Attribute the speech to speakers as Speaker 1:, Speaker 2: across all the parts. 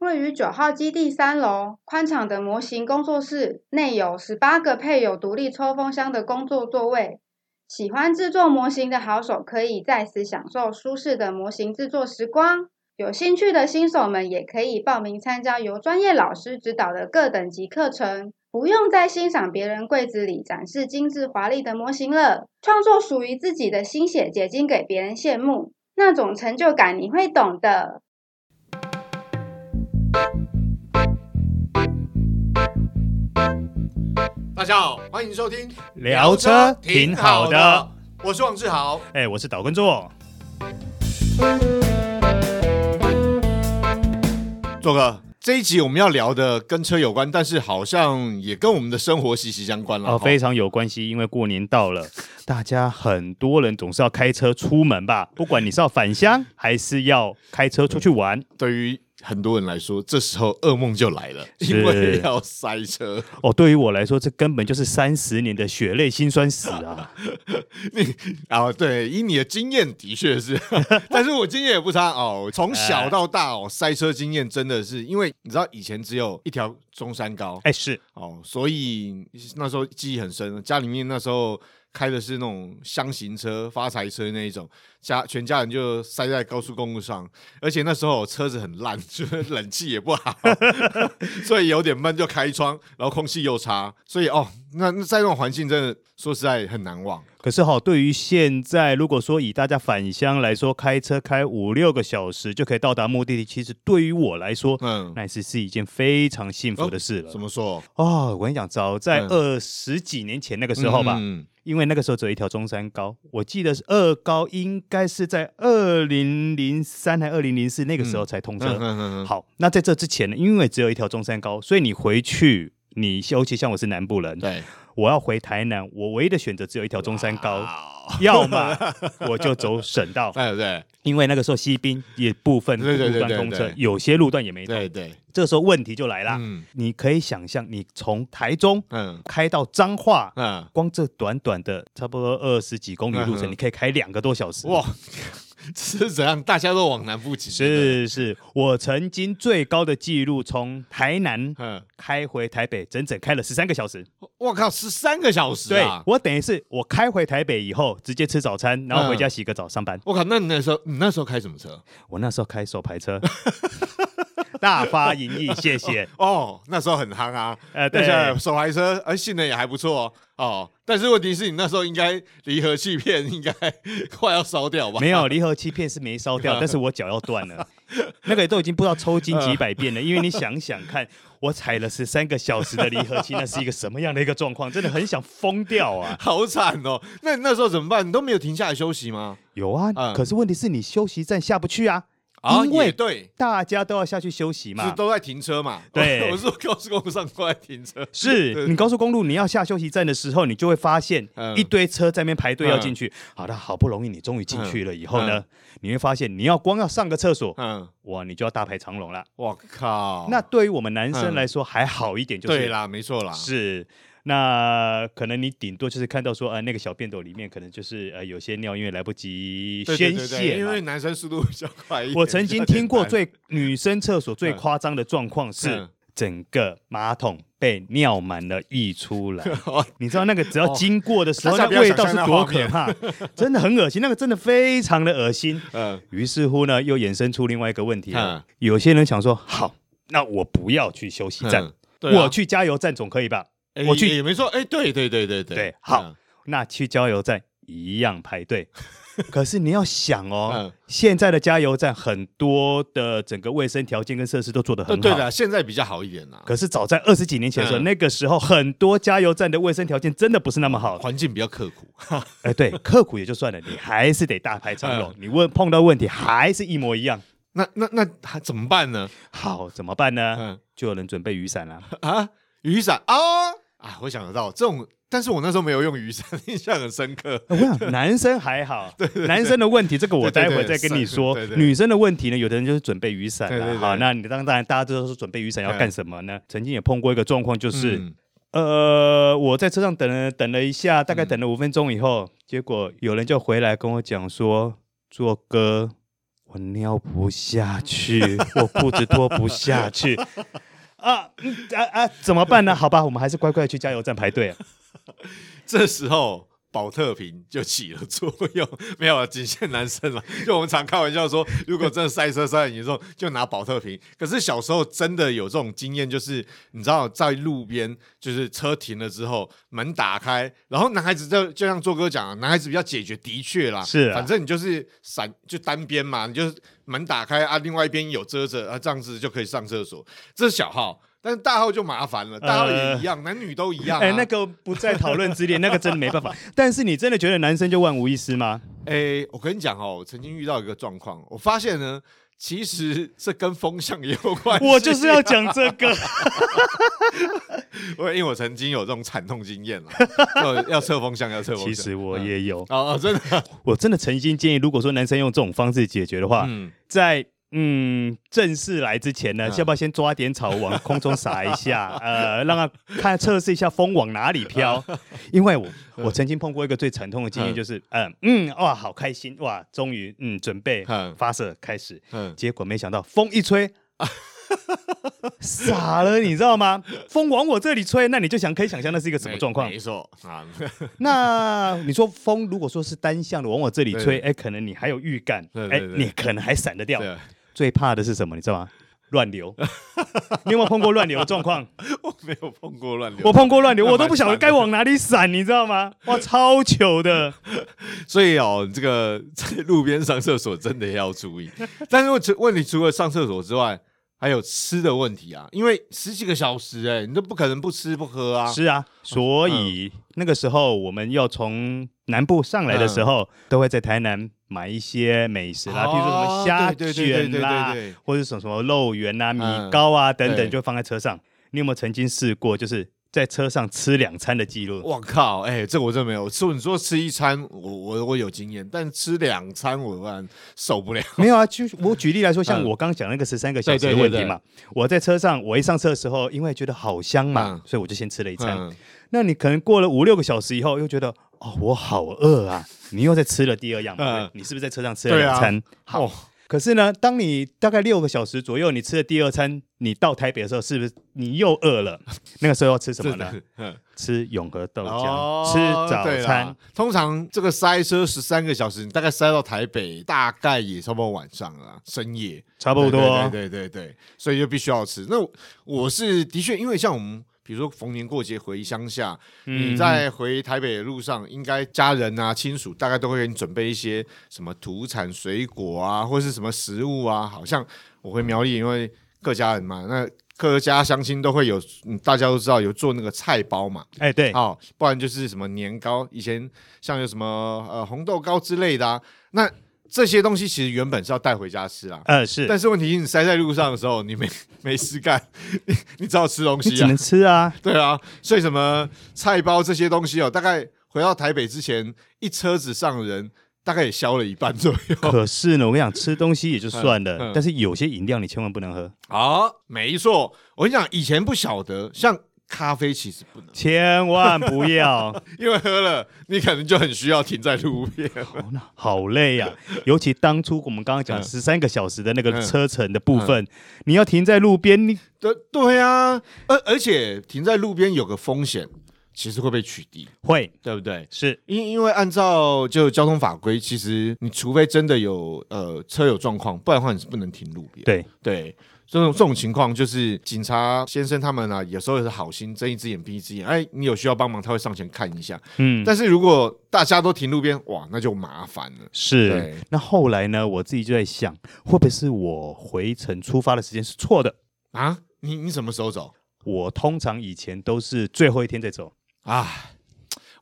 Speaker 1: 位于九号基地三楼宽敞的模型工作室，内有十八个配有独立抽风箱的工作座位。喜欢制作模型的好手可以在此享受舒适的模型制作时光。有兴趣的新手们也可以报名参加由专业老师指导的各等级课程，不用再欣赏别人柜子里展示精致华丽的模型了，创作属于自己的心血结晶给别人羡慕，那种成就感你会懂的。
Speaker 2: 大家好，欢迎收听
Speaker 3: 聊车挺好的，
Speaker 2: 我是王志豪。
Speaker 3: 哎、我是导观座。
Speaker 2: 左哥，这一集我们要聊的跟车有关，但是好像也跟我们的生活息息相关了。
Speaker 3: 哦，
Speaker 2: 哈
Speaker 3: 非常有关系，因为过年到了， 大家很多人总是要开车出门吧，不管你是要返乡还是要开车出去玩，
Speaker 2: 对于很多人来说，这时候噩梦就来了，
Speaker 3: 是
Speaker 2: 因为要塞车。
Speaker 3: 哦，对于我来说，这根本就是三十年的血泪辛酸史啊！
Speaker 2: 你啊，对，以你的经验的确 是，但是我经验也不差哦。从
Speaker 3: 哎
Speaker 2: 小到大哦，塞车经验真的是，因为你知道以前只有一条中山高
Speaker 3: 哎，是
Speaker 2: 哦，所以那时候记忆很深。家里面那时候开的是那种箱型车、发财车那一种，家全家人就塞在高速公路上，而且那时候车子很烂， 就是冷气也不好， 所以有点闷就开窗，然后空气又差，所以哦，那那在那种环境真的说实在很难忘。
Speaker 3: 可是哈、对于现在如果说以大家返乡来说，开车开五六个小时就可以到达目的地，其实对于我来说，
Speaker 2: 嗯，
Speaker 3: 那是是一件非常幸福的事了。
Speaker 2: 怎么说？
Speaker 3: 哦，我跟你讲，早在
Speaker 2: 嗯
Speaker 3: 二十几年前那个时候吧，
Speaker 2: 嗯
Speaker 3: 因为那个时候只有一条中山高，我记得是二高应该是在二零零三还二零零四那个时候才通车。
Speaker 2: 嗯嗯嗯
Speaker 3: 好，那在这之前呢，因为只有一条中山高，所以你回去，你尤其像我是南部人
Speaker 2: 嗯，，对，
Speaker 3: 我要回台南，我唯一的选择只有一条中山高，
Speaker 2: 好，
Speaker 3: 要么我就走省 道，
Speaker 2: 对对
Speaker 3: 因为那个时候西滨也部分
Speaker 2: 对对对
Speaker 3: 路段
Speaker 2: 对
Speaker 3: 通车
Speaker 2: 对，
Speaker 3: 有些路段也没通，
Speaker 2: 对对，
Speaker 3: 这个时候问题就来啦。
Speaker 2: 嗯
Speaker 3: 你可以想象，你从台中
Speaker 2: 嗯
Speaker 3: 开到彰化，
Speaker 2: 嗯，
Speaker 3: 光这短短的差不多二十几公里路
Speaker 2: 嗯哼
Speaker 3: 程，你可以开两个多小时。
Speaker 2: 哇！，这是怎样？大家都往南部挤，
Speaker 3: 是是，我曾经最高的记录从台南
Speaker 2: 嗯，
Speaker 3: 开回台北，整整开了十三个小时。
Speaker 2: 我靠，十三个小时
Speaker 3: 对
Speaker 2: 啊！
Speaker 3: 我等于是我开回台北以后，直接吃早餐，然
Speaker 2: 嗯
Speaker 3: 后回家洗个澡上班。
Speaker 2: 我靠，那你那时候，你那时候开什么车？
Speaker 3: 我那时候开手排 车，大发盈利，谢谢。
Speaker 2: 哦，那时候很夯啊，
Speaker 3: 呃，
Speaker 2: 那
Speaker 3: 对
Speaker 2: 时，候手排车，而性能也还不错哦哦。但是问题是你那时候应该离合器片应该 快要烧掉吧？
Speaker 3: 没有离合器片是没烧 掉，但是我脚要断了，那个都已经不知道抽筋几百遍了。因为你想想看，我踩了十三个小时的离合器，那是一个什么样的一个状况？真的很想疯掉啊！
Speaker 2: 好惨哦！那你那时候怎么办？你都没有停下来休息吗？
Speaker 3: 有啊，
Speaker 2: 嗯
Speaker 3: 可是问题是你休息站下不去啊，
Speaker 2: 啊
Speaker 3: 因为
Speaker 2: 也对，
Speaker 3: 大家都要下去休息
Speaker 2: 是
Speaker 3: 嘛。
Speaker 2: 都在停车嘛？
Speaker 3: 对
Speaker 2: 我是说高速公路上都在停车。
Speaker 3: 是
Speaker 2: 对
Speaker 3: 你高速公路，你要下休息站的时候，你就会发现
Speaker 2: 嗯
Speaker 3: 一堆车在那边排队要
Speaker 2: 嗯
Speaker 3: 进去。嗯好的，好不容易你终于进去了以后呢，你会发现你要光要上个厕所，
Speaker 2: 嗯，
Speaker 3: 哇，你就要大排长龙了。
Speaker 2: 我靠，
Speaker 3: 那对于我们男生
Speaker 2: 嗯
Speaker 3: 来说还好一点，就是
Speaker 2: 对啦，没错啦，
Speaker 3: 是，那可能你顶多就是看到说，呃，那个小便斗里面可能就是呃有些尿因为来不及
Speaker 2: 对
Speaker 3: 宣
Speaker 2: 对对对
Speaker 3: 泄
Speaker 2: 因
Speaker 3: 嘛
Speaker 2: 为男生速度比较快一点。
Speaker 3: 我 曾经听过最女生厕所最
Speaker 2: 嗯
Speaker 3: 夸张的状况是
Speaker 2: 嗯，。
Speaker 3: 整个马桶被尿满了溢出来
Speaker 2: 哦
Speaker 3: 你知道那个只要
Speaker 2: 哦
Speaker 3: 经 过的时候，
Speaker 2: 大家
Speaker 3: 那
Speaker 2: 不要
Speaker 3: 味道
Speaker 2: 想
Speaker 3: 是
Speaker 2: 象那画
Speaker 3: 多可
Speaker 2: 面
Speaker 3: 怕，真的很恶心，那个真的非常的恶心。
Speaker 2: 嗯
Speaker 3: 于是乎呢，又衍生出另外一个问题了
Speaker 2: 嗯。
Speaker 3: 有些人想说，好，那我不要去休息站
Speaker 2: 嗯，对啊
Speaker 3: 我去加油站总可以吧？
Speaker 2: 哎
Speaker 3: 我去
Speaker 2: 也也没错，哎，对对对对嗯对
Speaker 3: 对好，那去加油站一样 排队。可是你要想哦，
Speaker 2: 嗯
Speaker 3: 现在的加油站很多的整个卫生条件跟设施都做得很
Speaker 2: 对
Speaker 3: 好。
Speaker 2: 对的，现在比较好一点啦，
Speaker 3: 可是早在二十几年前的时候，
Speaker 2: 嗯
Speaker 3: 那个时候很多加油站的卫生条件真的不是那么 好。
Speaker 2: 环境比较刻苦，
Speaker 3: 哎，对，刻苦也就算了，你还是得大排长
Speaker 2: 嗯
Speaker 3: 龙。你问碰到问题还是一模一样，
Speaker 2: 那那那还怎么办呢？
Speaker 3: 好怎么办呢？
Speaker 2: 嗯
Speaker 3: 就有人准备雨伞啦。
Speaker 2: 啊，雨伞啊啊，我想得到这种，但是我那时候没有用雨伞， 印象很深刻。
Speaker 3: 我想 男生还好， 男生的问题这个我
Speaker 2: 对
Speaker 3: 待
Speaker 2: 对
Speaker 3: 会
Speaker 2: 对
Speaker 3: 再跟你
Speaker 2: 是
Speaker 3: 说
Speaker 2: 对。对
Speaker 3: 女生的问题呢，有的人就是准备雨伞
Speaker 2: 对对
Speaker 3: 啦。
Speaker 2: 对
Speaker 3: 好，那你当当然大家都说准备雨伞要干什么呢？曾经也碰过一个状况，就是
Speaker 2: 嗯
Speaker 3: 呃，我在车上等了等了一下，大概等了五分钟以后，结果有人就回来跟我讲说，做哥，我尿不下 去，我裤子脱不下去。啊嗯啊啊！怎么办呢？好吧，我们还是乖乖地去加油站排队、啊。
Speaker 2: 这时候保特瓶就起了作用，没有啊，仅限男生了。就我们常开玩笑说，如果真的塞车塞很严重，就拿保特瓶。可是小时候真的有这种经验，就是你知道在路边，就是车停了之后，门打开，然后男孩子就就像做哥讲、啊，男孩子比较解决，的确啦，
Speaker 3: 是啊
Speaker 2: 反正你就是闪就单边嘛，你就是门打开啊，另外一边有遮着啊，这样子就可以上厕所。这是小号。但是大号就麻烦了，大号也一样，男女都一样、啊。
Speaker 3: 呃哎、那个不在讨论之 列，那个真的没办法。但是你真的觉得男生就万无一 失吗？
Speaker 2: 诶，我跟你讲哦，我曾经遇到一个状况，我发现呢，其实这跟风向也有关系。
Speaker 3: 我就是要讲这 个。
Speaker 2: 我，因为我曾经有这种惨痛经验了，要要测风向，要测风向。
Speaker 3: 其实我也有，
Speaker 2: 哦哦，真的，
Speaker 3: 我真的诚心建议，如果说男生用这种方式解决的话，
Speaker 2: 嗯，
Speaker 3: 在嗯正式来之前呢，
Speaker 2: 嗯
Speaker 3: 要不要先抓点草往空中撒 一下？呃，让他看测试一下风往哪里飘。因为我我曾经碰过一个最惨痛的经
Speaker 2: 嗯
Speaker 3: 验，就是嗯嗯哇好开心哇，终于嗯准备
Speaker 2: 嗯
Speaker 3: 发射开始，
Speaker 2: 嗯，
Speaker 3: 结果没想到风一吹。 傻了，你知道吗？风往我这里吹，那你就想可以想象那是一个什么状况
Speaker 2: 没？没错啊，
Speaker 3: 那你说风如果说是单向的往我这里吹，
Speaker 2: 对
Speaker 3: 哎，可能你还有预感，
Speaker 2: 对
Speaker 3: 哎
Speaker 2: 对，对
Speaker 3: 你可能还闪得掉。
Speaker 2: 对，啊
Speaker 3: 最怕的是什么？你知道吗？乱流。你有没有碰过乱流的状况？
Speaker 2: 我没有碰过乱流，
Speaker 3: 我碰过乱流，
Speaker 2: 那蛮
Speaker 3: 我都不晓得该往哪里闪，你知道吗？哇，超糗的。
Speaker 2: 所以哦，这个 在路边上厕所真的要注意。但是问题问题除了上厕所之外，还有吃的问题啊，因为十几个小时哎、你都不可能不吃不喝啊。嗯
Speaker 3: 是啊，所以那个时候我们要从南部上来的时候，都会在台南买一些美食
Speaker 2: 嗯
Speaker 3: 啦，
Speaker 2: 哦
Speaker 3: 比如说什么虾
Speaker 2: 对对对对
Speaker 3: 卷
Speaker 2: 对
Speaker 3: 啦
Speaker 2: 对对，
Speaker 3: 或者什么什么肉圆啊、米
Speaker 2: 嗯
Speaker 3: 糕啊等等，
Speaker 2: 对
Speaker 3: 就放在车上。你有没有曾经试过，就是在车上吃两餐的记录？
Speaker 2: 我靠，哎、这我真没有。吃你说吃一餐，我我我有经验，但吃两餐我完受不了。
Speaker 3: 没有啊，就是我举例来说，像
Speaker 2: 嗯
Speaker 3: 我刚讲那个十三个小时
Speaker 2: 对
Speaker 3: 的
Speaker 2: 对对
Speaker 3: 问题嘛，我在车上，我一上车的时候，因为觉得好香嘛
Speaker 2: 嗯，
Speaker 3: 所以我就先吃了一餐。
Speaker 2: 嗯，
Speaker 3: 那你可能过了五六个小时以后，又觉得哦，我好饿啊，你又在吃了第二样，
Speaker 2: 嗯
Speaker 3: 你是不是在车上吃了两餐？好。
Speaker 2: 哦
Speaker 3: 可是呢，当你大概六个小时左右，你吃了第二餐，你到台北的时候，是不是你又 饿了？那个时候要吃什么
Speaker 2: 真
Speaker 3: 呢？
Speaker 2: 的，嗯
Speaker 3: 吃永和豆浆，
Speaker 2: 哦
Speaker 3: 吃早
Speaker 2: 对啦
Speaker 3: 餐。
Speaker 2: 通常这个塞车十三个小时，你大概塞到台北，大概也差不多晚上了，深夜。
Speaker 3: 差不多。
Speaker 2: 对对对对对，所以就必须要吃。那我我是的确，因为像我们。比如说逢年过节回乡下，
Speaker 3: 嗯
Speaker 2: 你在回台北的路上，应该家人啊、亲属大概都会给你准备一些什么土产水果啊，或是什么食物啊。好像我回苗栗，因为客家人嘛，那客家乡亲都会有，嗯大家都知道有做那个菜包嘛，
Speaker 3: 哎、对，
Speaker 2: 好，不然就是什么年糕，以前像有什么呃红豆糕之类的啊，那这些东西其实原本是要带回家吃啊。
Speaker 3: 呃，是，
Speaker 2: 但是问题是你塞在路上的时候，你没没事干， 你你只好吃东
Speaker 3: 你
Speaker 2: 西
Speaker 3: 只
Speaker 2: 啊
Speaker 3: 能，吃啊。
Speaker 2: 对啊，所以什么菜包这些东西哦，大概回到台北之前，一车子上的人大概也消了一半左右。
Speaker 3: 可是呢，我跟你讲，吃东西也就算了，
Speaker 2: 嗯嗯
Speaker 3: 但是有些饮料你千万不能喝，
Speaker 2: 啊，没错，我跟你讲，以前不晓得，像咖啡其实不能，
Speaker 3: 千万不要。
Speaker 2: 因为喝了你可能就很需要停在路边。
Speaker 3: 哦那好 累呀、尤其当初我们刚刚讲
Speaker 2: 嗯
Speaker 3: 十三个小时的那个
Speaker 2: 嗯
Speaker 3: 车程的部分，你要停在路边，你
Speaker 2: 对对啊，而而且停在路边有个风险，其实会被取缔，
Speaker 3: 会
Speaker 2: 对不对？
Speaker 3: 是
Speaker 2: 因因为按照就交通法规，其实你除非真的有呃车有状况，不然的话你是不能停路边。
Speaker 3: 对
Speaker 2: 对，这种这种情况就是警察先生他们啊，有时候也是好心睁一只眼闭一只眼，哎，你有需要帮忙，他会上前看一下。
Speaker 3: 嗯，
Speaker 2: 但是如果大家都停路边，哇，那就麻烦了。
Speaker 3: 是
Speaker 2: 对。
Speaker 3: 那后来呢，我自己就在想，会不会是我回程出发的时间是错的？
Speaker 2: 啊，你你什么时候走？
Speaker 3: 我通常以前都是最后一天再走，
Speaker 2: 啊，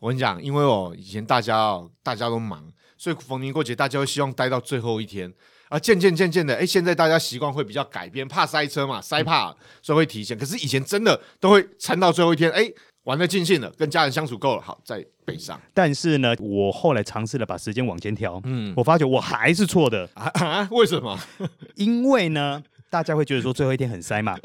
Speaker 2: 我跟你讲，因为哦，以前大家哦，大家都忙，所以逢年过节大家会希望待到最后一天啊。渐渐渐渐的，哎，现在大家习惯会比较改变，怕塞车嘛，塞怕了，所以会提前。可是以前真的都会撑到最后一天，哎，玩的尽兴了，跟家人相处够了，好再北上。
Speaker 3: 但是呢，我后来尝试了把时间往前调，
Speaker 2: 嗯
Speaker 3: 我发觉我还是错的，
Speaker 2: 啊啊，为什么？
Speaker 3: 因为呢，大家会觉得说最后一天很塞嘛，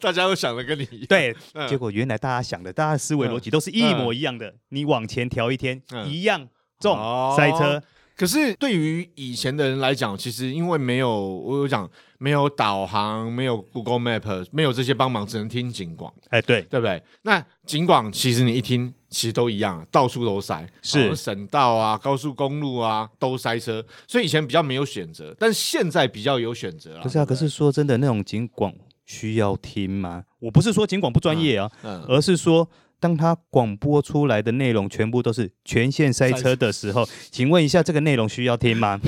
Speaker 2: 大家都想的跟你一样。
Speaker 3: 对，
Speaker 2: 嗯
Speaker 3: 结果原来大家想的，大家思维逻辑都是一模一样的。你往前调一天，
Speaker 2: 嗯
Speaker 3: 一样重
Speaker 2: 哦
Speaker 3: 塞车。
Speaker 2: 可是对于以前的人来讲，其实因为没有我有讲没有导航，没有 Google Map，没有这些帮忙，只能听警广，
Speaker 3: 哎，对，
Speaker 2: 对不对？那警广其实你一听，其实都一样，到处都塞，
Speaker 3: 是
Speaker 2: 好省道啊、高速公路啊都塞车，所以以前比较没有选择，但现在比较有选择了。
Speaker 3: 不是啊，
Speaker 2: 对
Speaker 3: 可
Speaker 2: 对
Speaker 3: 是说真的，那种警广需要听吗？我不是说警广不专业啊，
Speaker 2: 嗯，
Speaker 3: 而是说。当他广播出来的内容全部都是全线塞车的时候，请问一下，这个内容需要听吗？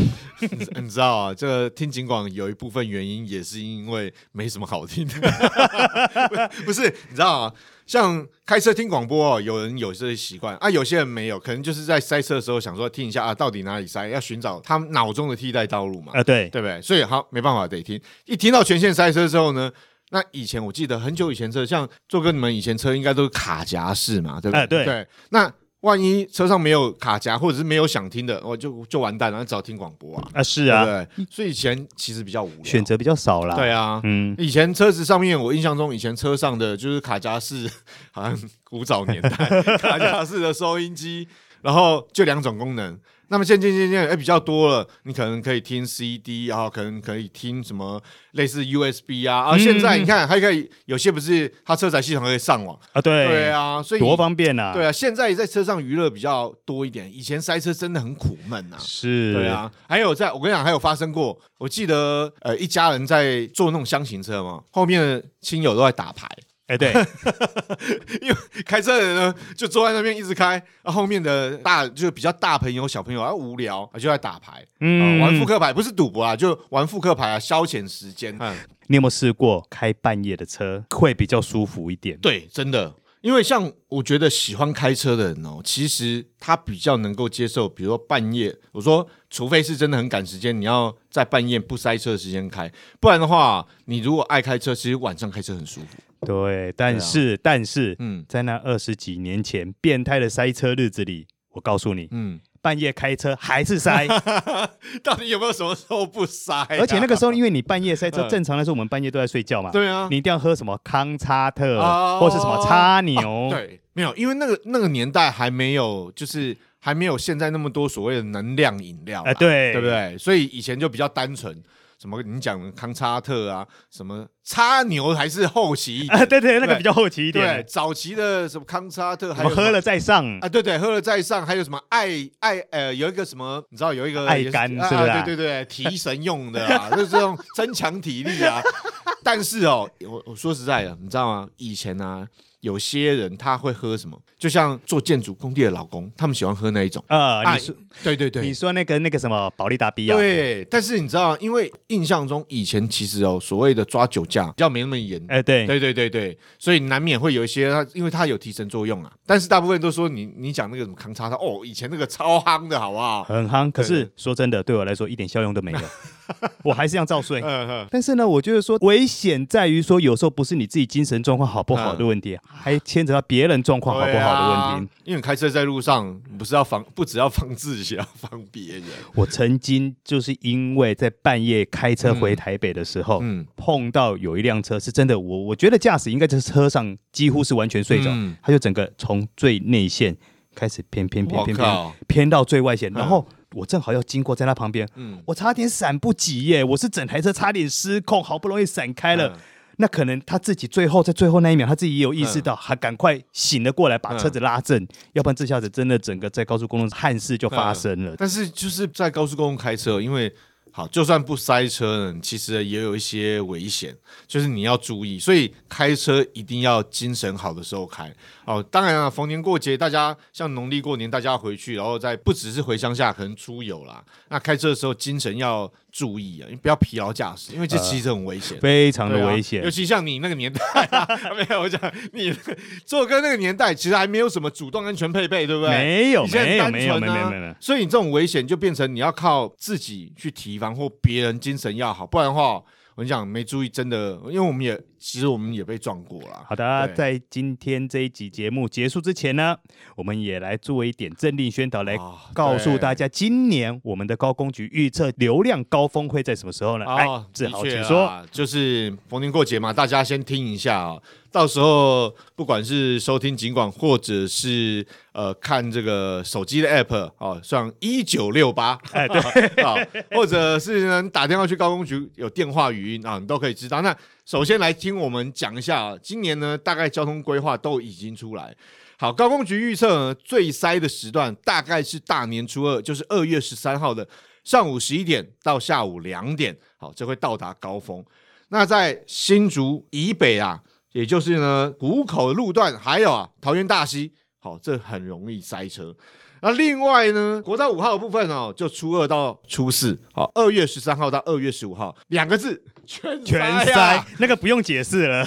Speaker 2: 你知道啊，这个听警广有一部分原因也是因为没什么好听的， 不不是？你知道啊，像开车听广播、哦，有人有这些习惯啊，有些人没有，可能就是在塞车的时候想说听一下啊，到底哪里塞，要寻找他们脑中的替代道路嘛，
Speaker 3: 啊，对，
Speaker 2: 对不对？所以好，没办法得听。一听到全线塞车之后呢，那以前我记得很久以前车，像做哥你们以前车应该都是卡夹式嘛，对不对？
Speaker 3: 哎对
Speaker 2: 那万一车上没有卡夹，或者是没有想听的，哦，就就完蛋了，那只好听广播啊。
Speaker 3: 啊，是啊，
Speaker 2: 对不对？所以以前其实比较无聊，
Speaker 3: 选择比较少啦。
Speaker 2: 对啊。
Speaker 3: 嗯，
Speaker 2: 以前车子上面，我印象中以前车上的就是卡夹式，好像古早年代卡夹式的收音机，然后就两种功能。那么渐渐渐渐，哎，比较多了，你可能可以听 CD，然后可能可以听什么类似 USB 啊，啊，
Speaker 3: 嗯
Speaker 2: 现在你看还可以，有些不是它车载系统还可以上网，
Speaker 3: 啊，对，
Speaker 2: 对，啊，所以
Speaker 3: 多方便啊。
Speaker 2: 对啊，现在在车上娱乐比较多一点，以前塞车真的很苦闷啊。
Speaker 3: 是，
Speaker 2: 对，啊，还有在我跟你讲，还有发生过，我记得呃，一家人在坐那种箱型车嘛，后面的亲友都在打牌，
Speaker 3: 哎，对，
Speaker 2: 开车的人呢就坐在那边一直开，啊、后面的大就比较大朋友小朋友啊无聊啊就在打牌，啊、
Speaker 3: 嗯，
Speaker 2: 玩复刻牌不是赌博啊，就玩复刻牌啊消遣时间。嗯，
Speaker 3: 你有没有试过开半夜的车会比较舒服一点？
Speaker 2: 对，真的。因为像我觉得喜欢开车的人哦，其实他比较能够接受，比如说半夜，我说除非是真的很赶时间，你要在半夜不塞车的时间开，不然的话，你如果爱开车，其实晚上开车很舒服。
Speaker 3: 对，但是、但是
Speaker 2: 嗯
Speaker 3: 在那二十几年前变态的塞车日子里，我告诉你，
Speaker 2: 嗯，哎
Speaker 3: 半夜开车还是塞，
Speaker 2: 到底有没有什么时候不塞啊、
Speaker 3: 而且那个时候因为你半夜塞车，
Speaker 2: 嗯
Speaker 3: 正常来说我们半夜都在睡觉嘛，
Speaker 2: 对啊，
Speaker 3: 你一定要喝什么康差特、
Speaker 2: 哦
Speaker 3: 或是什么叉 牛，
Speaker 2: 对没有，因为那个那个年代还没有就是。还没有现在那么多所谓的能量饮料啦
Speaker 3: 哎对
Speaker 2: 对不对？所以以前就比较单纯，什么你讲的康差特啊，什么叉牛还是后期一点
Speaker 3: 啊对对，那个
Speaker 2: 对
Speaker 3: 比较后期一
Speaker 2: 对，
Speaker 3: 点，
Speaker 2: 早期的什么康差特，
Speaker 3: 我
Speaker 2: 还有
Speaker 3: 们喝了
Speaker 2: 什
Speaker 3: 再上
Speaker 2: 么。啊，对对，喝了再上，还有什么爱爱呃，有一个什么，你知道有一个
Speaker 3: 爱
Speaker 2: 也是
Speaker 3: 肝
Speaker 2: 啊
Speaker 3: 是不是啊
Speaker 2: 啊对对对，提神用的啊，就是这 种增强体力啊。但是哦，我我说实在的，你知道吗？以前啊，有些人他会喝什么，就像做建筑工地的老公，他们喜欢喝那一种。
Speaker 3: 呃，
Speaker 2: 啊
Speaker 3: 你说、
Speaker 2: 对对对，
Speaker 3: 你说那个那个什么保利达比亚，
Speaker 2: 对，但是你知道，因为印象中以前其实哦，所谓的抓酒驾比较没那么严，
Speaker 3: 哎、对，
Speaker 2: 对对对对，所以难免会有一些它，因为它有提神作用啊。但是大部分都说你你讲那个什么康叉叉，哦，以前那个超夯的好不好？
Speaker 3: 很夯。可
Speaker 2: 对
Speaker 3: 是说真的，对我来说一点效用 都没有，我还是要照睡。
Speaker 2: 嗯嗯，
Speaker 3: 但是呢，我觉得说危险在于说，有时候不是你自己精神状况好不好的问题，还牵扯到别人状况好不好的问
Speaker 2: 嗯对啊
Speaker 3: 题。。
Speaker 2: 因为你开车在路上，你不是要防，不只要防自己，也要 防别人。
Speaker 3: 我曾经就是因为在半夜开车回台北的时候，
Speaker 2: 嗯，
Speaker 3: 碰到有一辆车是真的，我我觉得驾驶应该就是车上几乎是完全睡着，
Speaker 2: 嗯
Speaker 3: 他就整个从最内线开始偏偏偏
Speaker 2: 我
Speaker 3: 偏偏
Speaker 2: 靠，
Speaker 3: 偏到最外线，
Speaker 2: 嗯
Speaker 3: 然后我正好要经过在他旁边，
Speaker 2: 嗯，
Speaker 3: 我差点闪不及耶！我是整台车差点失控，好不容易闪开了。
Speaker 2: 嗯
Speaker 3: 那可能他自己最后在最后那一秒，他自己也有意
Speaker 2: 嗯
Speaker 3: 识到，还赶快醒了过来，把车子拉正，要不然这下子真的整个在高速公路上憾事就
Speaker 2: 嗯
Speaker 3: 发生了。
Speaker 2: 但是就是在高速公路开车，因为好，就算不塞车呢，其实也有一些危险，就是你要注意。所以开车一定要精神好的时候开。哦，当然了，逢年过节，大家像农历过年，大家回去，然后再不只是回乡下，可能出游啦。那开车的时候精神要注意啊，你不要疲劳驾驶，因为这其实很危险。
Speaker 3: 非常
Speaker 2: 呃对
Speaker 3: 的
Speaker 2: 啊
Speaker 3: 危险
Speaker 2: 尤，其像你那个年代、 啊，没有我讲你 做哥那个年代，其实还没有什么主动安全配备，对不对？
Speaker 3: 没有
Speaker 2: 你现在
Speaker 3: 没有
Speaker 2: 单
Speaker 3: 没有
Speaker 2: 纯
Speaker 3: 没有
Speaker 2: 啊
Speaker 3: 没有没有没有，
Speaker 2: 所以你这种危险就变成你要靠自己去提防，或别人精神要好，不然的话，我跟你讲没注意真的，因为我们也其实我们也被撞过啦。
Speaker 3: 好的，
Speaker 2: 对
Speaker 3: 在今天这一集节目结束之前呢，我们也来做一点政令宣导，来
Speaker 2: 啊
Speaker 3: 告诉
Speaker 2: 对
Speaker 3: 大家今年我们的高工局预测流量高峰会在什么时候呢？哎
Speaker 2: 啊，，
Speaker 3: 志
Speaker 2: 的
Speaker 3: 豪，
Speaker 2: 确
Speaker 3: 请
Speaker 2: 啊
Speaker 3: 说。，
Speaker 2: 就是逢年过节嘛，大家先听一下啊、到时候不管是收听尽管，或者是呃看这个手机的 app 哦，上一九六八，
Speaker 3: 哎，对，
Speaker 2: 啊，或者是呢，你打电话去高工局有电话语音啊，你都可以知道。那首先来听我们讲一下啊，今年呢大概交通规划都已经出来。好，高工局预测呢最塞的时段大概是大年初二，就是二月十三号的上午十一点到下午两点，好，这会到达高峰。那在新竹以北啊，也就是呢谷口的路段，还有啊桃园大溪，好，这很容易塞车。那另外呢，国道五号的部分哦，就初二到初四，好，二月十三号到二月十五号，两个字，全
Speaker 3: 全
Speaker 2: 啊
Speaker 3: 塞，那个不用解释了。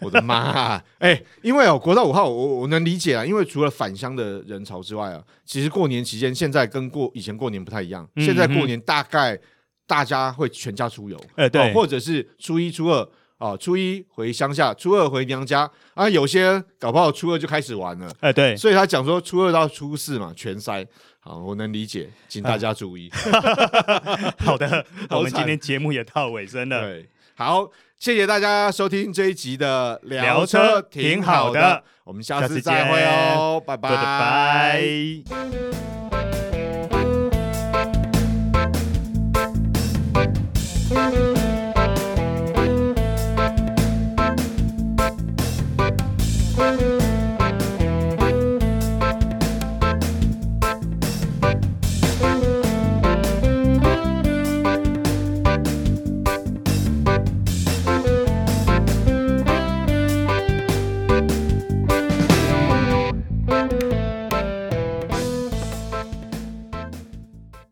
Speaker 2: 我的妈、啊！哎、因为哦，国道五号我，我我能理解啊，因为除了返乡的人潮之外啊，其实过年期间现在跟过以前过年不太一样，
Speaker 3: 嗯
Speaker 2: 现在过年大概大家会全家出游，
Speaker 3: 呃
Speaker 2: 哦
Speaker 3: 对
Speaker 2: 或者是初一、初二。哦，初一回乡下，初二回娘家啊，有些搞不好初二就开始玩了，
Speaker 3: 哎，对，
Speaker 2: 所以他讲说初二到初四嘛，全塞。好，我能理解，请
Speaker 3: 嗯
Speaker 2: 大家注意。
Speaker 3: 好的，
Speaker 2: 好
Speaker 3: 我们今
Speaker 2: 惨
Speaker 3: 天节目也到尾声了。
Speaker 2: 对，好，谢谢大家收听这一集的
Speaker 3: 聊车挺好的
Speaker 2: 我们下
Speaker 3: 下
Speaker 2: 次
Speaker 3: 次
Speaker 2: 再会
Speaker 3: 见
Speaker 2: 哦，拜拜。
Speaker 3: Goodbye。